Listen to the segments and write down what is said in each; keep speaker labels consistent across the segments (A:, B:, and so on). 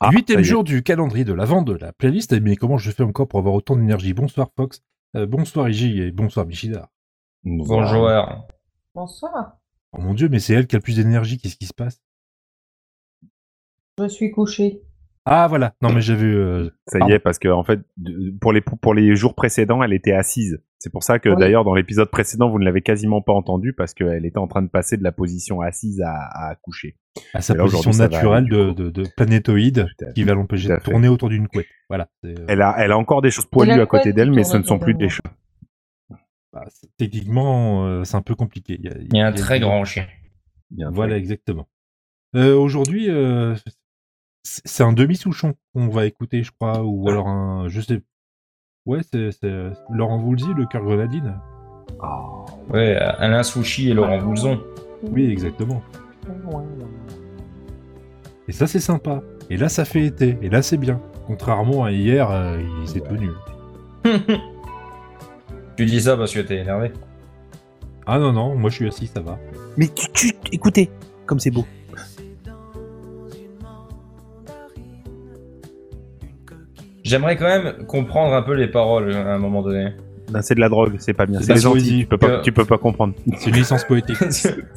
A: Ah, ça
B: Huitième
A: y est.
B: jour du calendrier de l'avant de la playlist. Eh, Mais comment je fais encore pour avoir autant d'énergie Bonsoir Fox, Euh, bonsoir Iji et bonsoir Michidar.
A: Voilà.
C: Bonjour.
D: Bonsoir.
B: Oh mon dieu, mais c'est elle qui a le plus d'énergie, qu'est-ce qui se passe
D: Je suis couché.
B: Ah voilà, non mais j'avais... euh,
A: Ça y
B: Pardon.
A: est, parce que en fait, de- pour les pour les jours précédents, elle était assise. C'est pour ça que
D: Oui.
A: d'ailleurs dans l'épisode précédent, vous ne l'avez quasiment pas entendue parce qu'elle était en train de passer de la position assise à, à coucher.
B: à sa
A: Mais là,
B: position
A: aujourd'hui, ça va
B: naturelle
A: aller,
B: de,
A: du
B: de- de planétoïde
A: Tout à fait,
B: qui va l'empêcher
A: tout à
B: de
A: fait.
B: tourner autour d'une couette. Voilà. c'est, euh,
A: Elle a elle a encore des choses
D: Et
A: poilues
D: la
A: à côté
D: couette
A: d'elle,
D: qui
A: mais
D: tourne
A: ce ne sont
D: autour
A: plus
D: de
A: que des chats.
D: moi.
B: bah, c'est- techniquement, euh, c'est un peu compliqué. Il y a,
C: Il y a un très grand chien.
A: Il y a un
B: Voilà,
A: truc.
B: exactement. Euh, Aujourd'hui, euh, c'est c'est un demi-souchon qu'on va écouter, je crois,
D: Ah.
B: ou alors un. Je sais. Ouais, c'est c'est Laurent Voulzy, le cœur grenadine.
A: Oh,
C: Ouais, Alain Souchi et Laurent Boulzon.
B: Oui, exactement. Et ça, c'est sympa. Et là, ça fait été. Et là, c'est bien. Contrairement à hier, euh, il s'est tout nul.
C: Tu dis ça parce que t'es énervé.
B: Ah non, non, moi je suis assis, ça va.
E: Mais tu, tu- écoutez, comme c'est beau.
C: J'aimerais quand même comprendre un peu les paroles hein, à un moment donné.
A: non, c'est de la drogue, c'est pas bien. C'est
B: C'est de la
A: les Antilles,
B: poésie.
A: tu peux pas
C: Euh,
A: tu peux pas comprendre.
B: C'est une licence poétique.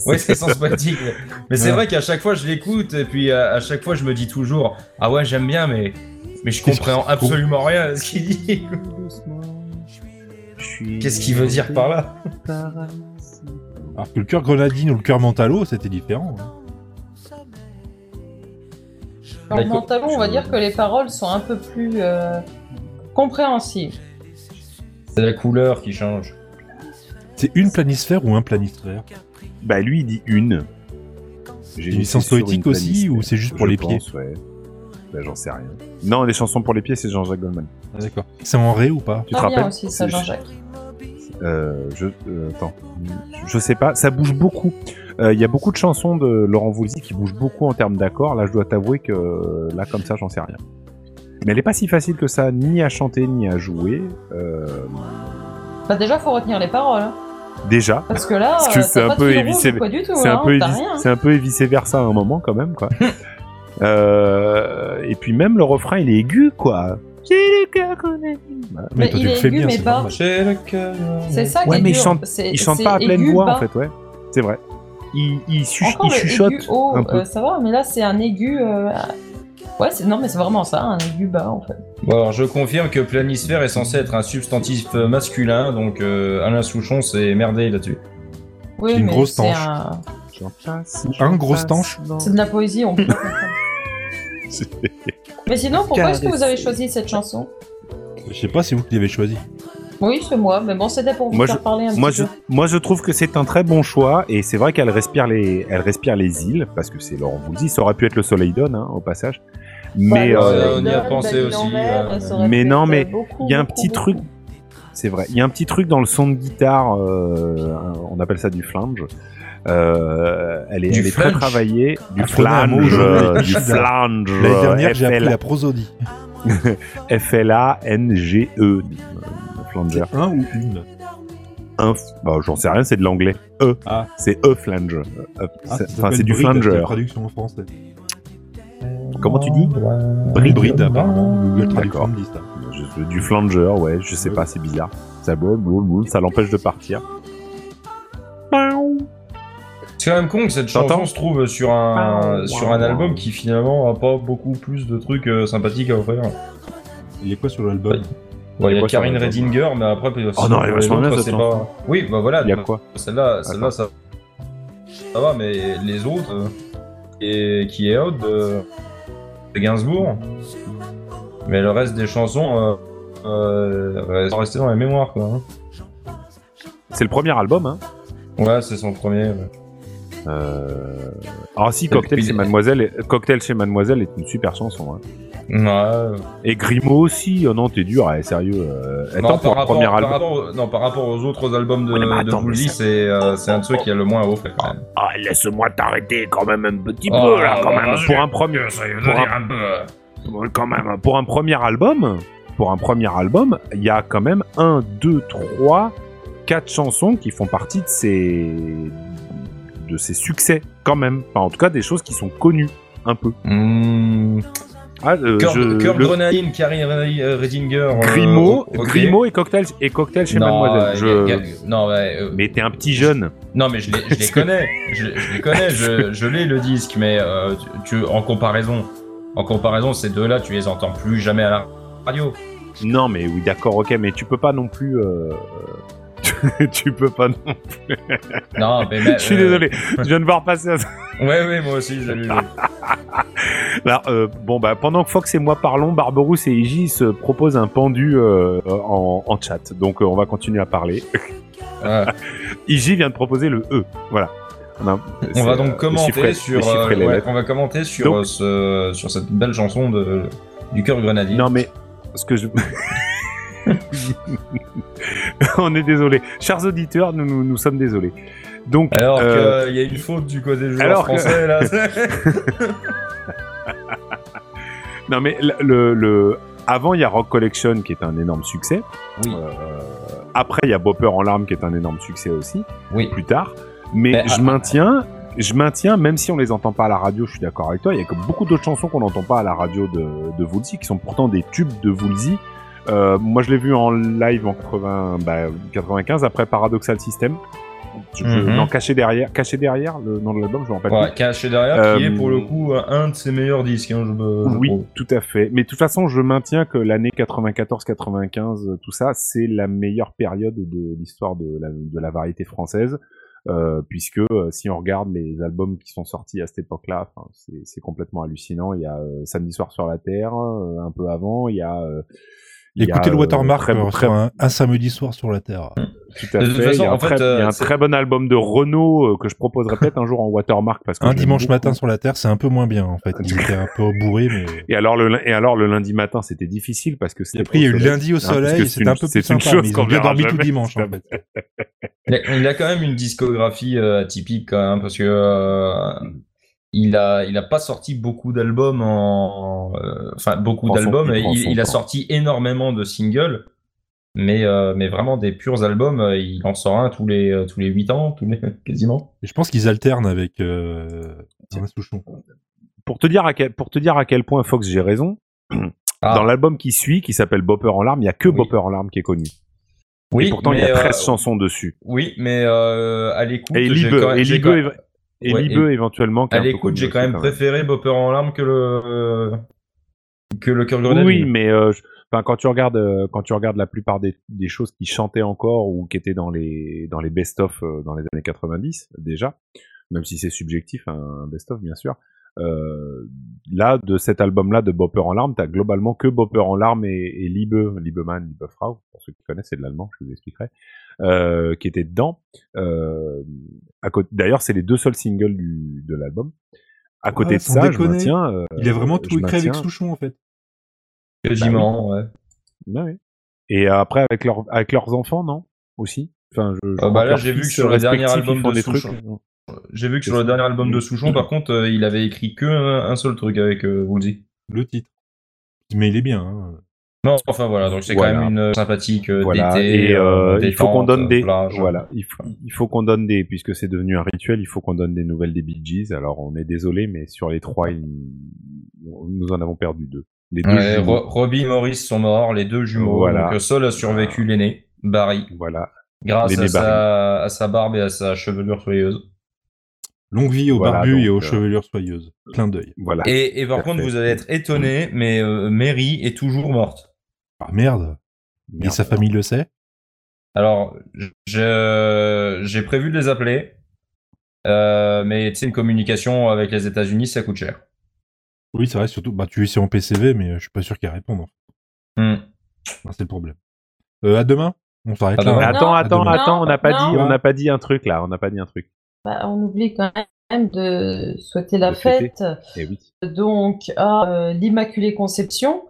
C: ouais, c'est sympathique. Mais, mais c'est
B: Ouais.
C: vrai qu'à chaque fois je l'écoute et puis euh, à, à chaque fois je me dis toujours Ah ouais, j'aime bien, mais, mais je comprends absolument rien à ce qu'il dit. Qu'est-ce qu'il veut dire par là
B: Alors que le cœur grenadine ou le cœur mentalo, c'était différent. hein.
D: Alors,
C: D'accord.
D: mentalement, on va dire que les paroles sont un peu plus euh, compréhensibles.
C: C'est la couleur qui change.
B: C'est une planisphère ou un planisphère
A: Bah lui il dit une. J'ai
B: Une licence poétique aussi ou c'est juste pour les pieds
A: Bah j'en sais rien. Non, les chansons pour les pieds, c'est Jean-Jacques Goldman.
B: Ah, D'accord. C'est en ré ou pas
A: Tu te
D: Très
A: rappelles
D: Ah, bien aussi, ça,
A: C'est-
D: Jean-Jacques.
A: Euh, je, euh, attends, je sais pas, ça bouge beaucoup. Euh, Il y a beaucoup de chansons de Laurent Voulzy qui bougent beaucoup en termes d'accords. Là, je dois t'avouer que euh, là, comme ça, j'en sais rien. Mais elle est pas si facile que ça, ni à chanter, ni à jouer. Euh,
D: Bah, déjà, faut retenir les paroles. hein.
A: déjà,
D: Parce que là,
A: Parce que
D: euh,
A: c'est
D: t'as
A: un
D: pas de
A: peu
D: fil
A: évicé-
D: rouge ou quoi du tout.
A: c'est un,
D: hein,
A: peu
D: t'as
A: évi-
D: rien.
A: c'est un peu évicé versa à un moment quand même, quoi. Euh, et puis même le refrain, il est aigu, quoi. J'ai le cœur qu'on aime.
D: Mais il est aigu, mais
B: c'est
D: pas.
B: normal.
C: J'ai le cœur.
D: C'est ça
A: Ouais,
D: qui
A: mais
D: est
A: il
D: dur.
A: chante-
D: C'est-
A: Il chante
D: c'est
A: pas à pleine
D: aigu,
A: voix, en
D: bas.
A: fait, ouais. C'est vrai. Il, il chu-
D: Encore
A: il
D: le
A: chuchote.
D: aigu haut,
A: un peu.
D: euh, ça va, mais là, c'est un aigu. euh, Ouais, c'est... non, mais c'est vraiment ça, un aigu bas, en fait.
C: Bon, alors je confirme que planisphère est censé être un substantif euh, masculin, donc euh, Alain Souchon s'est merdé là-dessus.
D: Oui,
B: C'est une
D: mais
B: grosse
D: c'est
B: tanche.
D: un-
A: J'en passe,
B: Ou
A: j'en
B: un gros
A: passe
B: stanche.
A: dans-
D: C'est de la poésie, on peut pas comprendre. Mais sinon, pourquoi est-ce que vous avez
E: Caresser.
D: choisi cette chanson
B: Je sais pas, c'est vous qui l'avez choisi.
D: Oui, c'est moi, mais bon, c'était pour vous
A: Moi,
D: faire parler un
A: Moi
D: petit
A: je,
D: peu.
A: moi, je trouve que c'est un très bon choix et c'est vrai qu'elle respire les, elle respire les îles parce que c'est Laurent Voulzy. Ça aurait pu être le Soleil donne hein, au passage,
D: Bah,
A: mais
C: le
A: euh,
C: Soleil on y a pensé aussi, euh,
A: mais non, mais il y a un petit truc. C'est vrai. Il y a un petit truc dans le son de guitare. euh, on appelle ça du flange. Euh, elle est,
C: Du
A: elle est très
C: flange.
A: travaillée. Du
B: Apprenez un mot
A: flange. euh,
B: aujourd'hui.
A: Du flange.
B: L'année dernière, j'ai appris
A: FLA,
B: la prosodie.
A: F-L-A-N-G-E. E. Flanger.
B: C'est un ou une
A: un, f- bah, j'en sais rien, c'est de l'anglais. E.
B: Ah.
A: C'est E flange. Euh, euh,
B: Ah,
A: c'est-
B: ça
A: Enfin,
B: s'appelle
A: c'est du
B: bride, la
A: flanger.
B: traduction en français.
A: Comment tu dis
B: Bride,
A: Bride. Ah,
B: apparemment. Google Traduction
A: D'accord.
B: me dit ça.
A: Je- Du flanger, ouais, je sais pas, c'est bizarre. Ça, boule, boule, boule, ça l'empêche de partir.
C: C'est quand même con que cette
A: T'entends
C: chanson se trouve sur un, sur un
A: ouais.
C: album qui finalement a pas beaucoup plus de trucs euh, sympathiques à offrir.
B: Il y a quoi sur l'album
C: Ouais,
A: Il y a
C: il y a
A: quoi sur
C: Karine
A: l'album
C: Redinger, mais après,
A: Oh non, elle est vachement bien, cette
C: c'est pas. Oui, bah voilà,
A: Il y a quoi Ah,
C: celle-là, celle-là ça... ça va, mais les autres, euh, et qui est out de, de Gainsbourg, mais le reste des chansons euh, euh, restent- sont restées dans la mémoire, quoi. hein.
A: C'est le premier album, hein.
C: Ouais, c'est son premier. ouais.
A: Euh... Ah si, Cocktail
C: puis-
A: chez Mademoiselle, est- Cocktail chez Mademoiselle est une super chanson. hein.
C: Ouais. euh,
A: Et Grimaud aussi. Oh non, t'es dur, eh, sérieux. euh, Attends,
C: non,
A: pour
C: par
A: le
C: rapport,
A: premier
C: par
A: album.
C: rapport aux- non, par rapport aux autres albums de,
A: Ouais, mais
C: de
A: attends,
C: Woolsey,
A: mais ça-
C: c'est euh, c'est un de ceux qui a le moins à offrir. quand même.
A: Ah, laisse-moi t'arrêter quand même un petit
C: Oh,
A: peu là, quand
C: bah,
A: même.
C: vas-y.
A: Pour un premier, pour un- Bon, quand même, pour un premier album, pour un premier album, il y a quand même 1, 2, 3, 4 chansons qui font partie de ses, de ses succès, quand même. Enfin, en tout cas, des choses qui sont connues, un peu.
C: Hmm.
A: Ah, euh,
C: Kurt,
A: je-
C: Kurt
A: le-
C: Grenadine, Karine Re- Reisinger. euh,
A: Grimaud,
C: ok.
A: Grimaud et cocktail et cocktail chez
C: Non,
A: Mademoiselle.
C: euh,
A: Je-
C: y a- y a- non, ouais, euh,
A: Mais t'es un petit jeune.
C: non, mais je les, je les connais, je, je les connais, je, je l'ai le disque, mais euh, tu, tu- en comparaison, en comparaison, ces deux-là, tu les entends plus jamais à la radio.
A: Non, mais oui, d'accord, ok, mais tu peux pas non plus. euh, tu- tu peux pas. Non...
C: Non, mais, mais,
A: je suis
C: euh,
A: désolé, je viens de voir passer. un-
C: Ouais, ouais, moi aussi, je l'ai lu.
A: Alors, euh, bon, bah, pendant que Fox et moi parlons, Barberousse et Iggy se proposent un pendu euh, en, en chat. Donc, euh, on va continuer à parler.
C: Ouais.
A: Iggy vient de proposer le E. Voilà. On, a-
C: On
A: c'est,
C: va
A: euh,
C: donc
A: les
C: commenter
A: chiffres- les
C: sur,
A: chiffres et
C: euh,
A: les
C: ouais,
A: lettres.
C: on va commenter sur,
A: Donc-
C: euh, ce- sur cette belle chanson de, du cœur grenadine.
A: Non, mais ce que je. On est désolé. Chers auditeurs, nous, nous, nous sommes désolés. Donc,
C: Alors
A: euh,
C: qu'il y a une faute du côté joueur
A: alors que-
C: français là.
A: non, mais le, le- le- avant, il y a Rock Collection qui est un énorme succès.
C: oui,
A: Euh, après, il y a Bopper en larmes qui est un énorme succès aussi,
C: oui.
A: plus tard. Mais
C: Mais,
A: je
C: ah,
A: maintiens, je maintiens, même si on les entend pas à la radio, je suis d'accord avec toi, il y a que beaucoup d'autres chansons qu'on n'entend pas à la radio de, de Woolsey, qui sont pourtant des tubes de Woolsey. Euh, moi, je l'ai vu en live en 80, bah, 95, après Paradoxal System. Je, je-
C: Mhm.
A: Non, caché derrière, caché derrière, le nom de l'album, je me rappelle
C: Ouais, caché derrière, qui
A: Euh,
C: est pour le coup un de ses meilleurs disques. hein, je me-
A: plus.
C: je
A: Oui,
C: trouve.
A: tout à fait. Mais de toute façon, je maintiens que l'année 94-95, euh, tout ça, c'est la meilleure période de l'histoire de la, de la variété française, euh, puisque euh, si on regarde les albums qui sont sortis à cette époque-là, enfin, c'est c'est complètement hallucinant. Il y a euh, Samedi soir sur la Terre, euh, un peu avant, il y a... euh, il y a,
B: Écoutez le
A: euh,
B: Watermark
A: très-
B: euh,
A: très-
B: sur un, un samedi soir sur la Terre.
A: Tout à
C: De toute
A: fait.
C: façon,
A: il y a un,
C: en
A: très,
C: fait,
A: il y a
C: euh,
A: un
C: c'est-
A: très bon album de Renault euh, que je proposerai peut-être un jour en watermark parce que
B: Un
A: je l'aime
B: dimanche
A: beaucoup.
B: matin sur la Terre, c'est un peu moins bien en fait. Il était un peu bourré, mais.
A: Et alors le lin- et alors le lundi matin, c'était difficile parce que
B: Et
A: c'était
B: après,
A: au
B: il y a eu
A: soleil.
B: lundi au
A: parce que
B: soleil,
A: c'est
B: et c'était
A: une-
B: un peu
A: c'est
B: plus
A: une
B: sympa.
A: chose
B: mais ils
A: qu'on
B: ont bien
A: verra
B: dormi tout
A: jamais.
B: le dimanche en
A: C'est
B: fait.
C: Il, a, il a quand même une discographie euh, atypique quand même, parce que euh, il a il a pas sorti beaucoup d'albums en euh, enfin beaucoup
A: Prends son-
C: d'albums.
A: il prend
C: Il,
A: son
C: il a
A: temps.
C: sorti énormément de singles, mais euh, mais vraiment des purs albums. euh, Il en sort un tous les euh, tous les huit ans, tous les quasiment.
B: Et je pense qu'ils alternent avec euh, Alain Souchon.
A: Euh, Pour te dire à quel pour te dire à quel point Fox j'ai raison.
C: Ah.
A: Dans l'album qui suit, qui s'appelle Bopper en larmes, il y a que
C: Oui.
A: Bopper en larmes qui est connu.
C: Oui,
A: et pourtant, il y
C: mais,
A: a
C: euh,
A: 13 chansons dessus.
C: Oui, mais euh, à l'écoute,
A: Et
C: j'ai
A: Libeux,
C: quand même-
A: et
C: j'ai
A: Libeux
C: quand-
A: éve- et
C: Ouais,
A: Libeux éventuellement. qui est
C: à
A: un peu
C: l'écoute,
A: connu
C: j'ai
A: aussi,
C: quand même préféré Bopper en larmes que le que le cœur grenadine.
A: Oui, mais euh, je- enfin, quand tu regardes euh, quand tu regardes la plupart des, des choses qui chantaient encore ou qui étaient dans les dans les best-of euh, dans les années 90 déjà, même si c'est subjectif hein, un best-of bien sûr. euh, là, de cet album-là de Bopper en larmes, t'as globalement que Bopper en larmes et, et Liebe, Liebemann, Liebefrau, pour ceux qui connaissent, c'est de l'allemand, je vous expliquerai, euh, qui était dedans. Euh, à côté- D'ailleurs, c'est les deux seuls singles du, de l'album. À côté
B: Ouais,
A: de
B: Ah, sans
A: ça, je
B: déconner,
A: maintiens. euh,
B: Il a vraiment
A: je
B: tout écrit avec
A: maintiens-
B: Souchon en fait.
A: bah
C: Quasiment, ouais.
A: Ouais, ouais. Et euh, après, avec, leur, avec leurs enfants, non Aussi enfin, je, je
C: bah
A: crois
C: là,
A: leurs
C: j'ai vu
A: fils euh,
C: que sur le dernier
A: respectifs,
C: album
A: ils font
C: de
A: des
C: Souchon.
A: trucs. euh,
C: J'ai vu que sur le dernier album de Souchon, par contre, euh, il avait écrit que un un seul truc avec euh, Woolsey.
B: Le titre. Mais il est bien. hein.
C: Non, enfin voilà, donc c'est
A: Voilà.
C: quand même une euh, sympathique euh,
A: Voilà.
C: d'été.
A: Et euh, il faut qu'on
C: détente,
A: donne des.
C: euh, plage.
A: Voilà. Il faut, il faut qu'on donne des. Puisque c'est devenu un rituel, il faut qu'on donne des nouvelles des Bee Gees. Alors, on est désolé, mais sur les trois, ils- nous en avons perdu deux. Les deux.
C: Ouais,
A: jumeaux.
C: Ro- Robbie et Maurice sont morts, les deux jumeaux.
A: Voilà.
C: Donc euh, seul a survécu l'aîné, Barry,
A: Voilà.
C: grâce
A: L'aîné
C: à sa, à sa barbe et à sa chevelure soyeuse.
B: Longue vie aux
A: Voilà,
B: barbus et
A: donc,
B: aux
A: euh,
B: chevelures soyeuses. Clin d'œil.
A: Voilà.
C: Et, et par
A: Parfait.
C: contre, vous allez être étonné, mais euh, Mary est toujours morte.
B: Ah merde. Et
A: Merde.
B: sa famille le sait.
C: Alors, je- j'ai prévu de les appeler, euh, mais tu sais, une communication avec les États-Unis, ça coûte cher.
B: Oui, c'est vrai, surtout. Bah, tu es en PCV, mais euh, je suis pas sûr qu'elle réponde. en
C: Hmm.
B: fait. Enfin, c'est le problème. Euh, à demain. On s'arrête
C: À
B: là.
C: demain.
A: Mais
B: hein.
A: attends,
D: Non,
A: attends,
B: non,
A: attends, on n'a pas
D: non.
A: dit, on n'a pas dit un truc là, on n'a pas dit un truc.
D: Bah, on oublie quand même de souhaiter la
A: De fêter.
D: fête
A: Eh oui.
D: donc à euh, l'Immaculée Conception,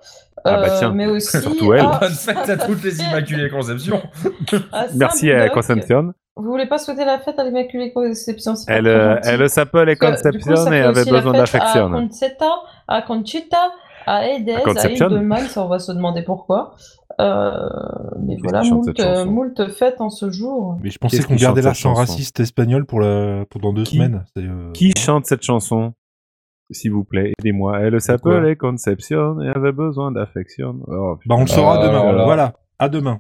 A: Ah bah
D: euh,
A: tiens,
D: mais aussi
A: surtout elle.
D: à,
C: Bonne fête à toutes les Immaculées Conceptions.
D: à Saint
A: Merci à
D: Médoc.
A: Conception.
D: Vous voulez pas souhaiter la fête à l'Immaculée Conception c'est pas
A: Elle,
D: très
A: euh,
D: gentil.
A: elle s'appelle
D: Parce que, du coup, ça
A: Conception et
D: fait
A: avait
D: aussi la
A: besoin
D: fête
A: d'affection.
D: À Concetta, à Conchita, à Edez,
A: À
D: à,
A: Conception.
D: Hildemann, ça on va se demander pourquoi. Euh, mais
A: Qu'est-ce
D: voilà,
A: qu'il chante,
D: moult,
A: cette chanson
D: moult fêtes en ce jour.
B: Mais je pensais
A: Qu'est-ce
B: qu'on
A: qu'il
B: gardait
A: chante, cette
B: l'accent
A: chanson
B: raciste espagnol pour, la... pour dans deux
A: Qui
B: semaines. C'est, euh,
A: Qui chante cette chanson S'il vous plaît, aidez-moi. Elle
B: quoi
A: s'appelait Conception et avait besoin d'affection. Oh, putain.
B: Bah, on le saura
C: Ah,
B: demain.
C: voilà.
B: Voilà. À demain.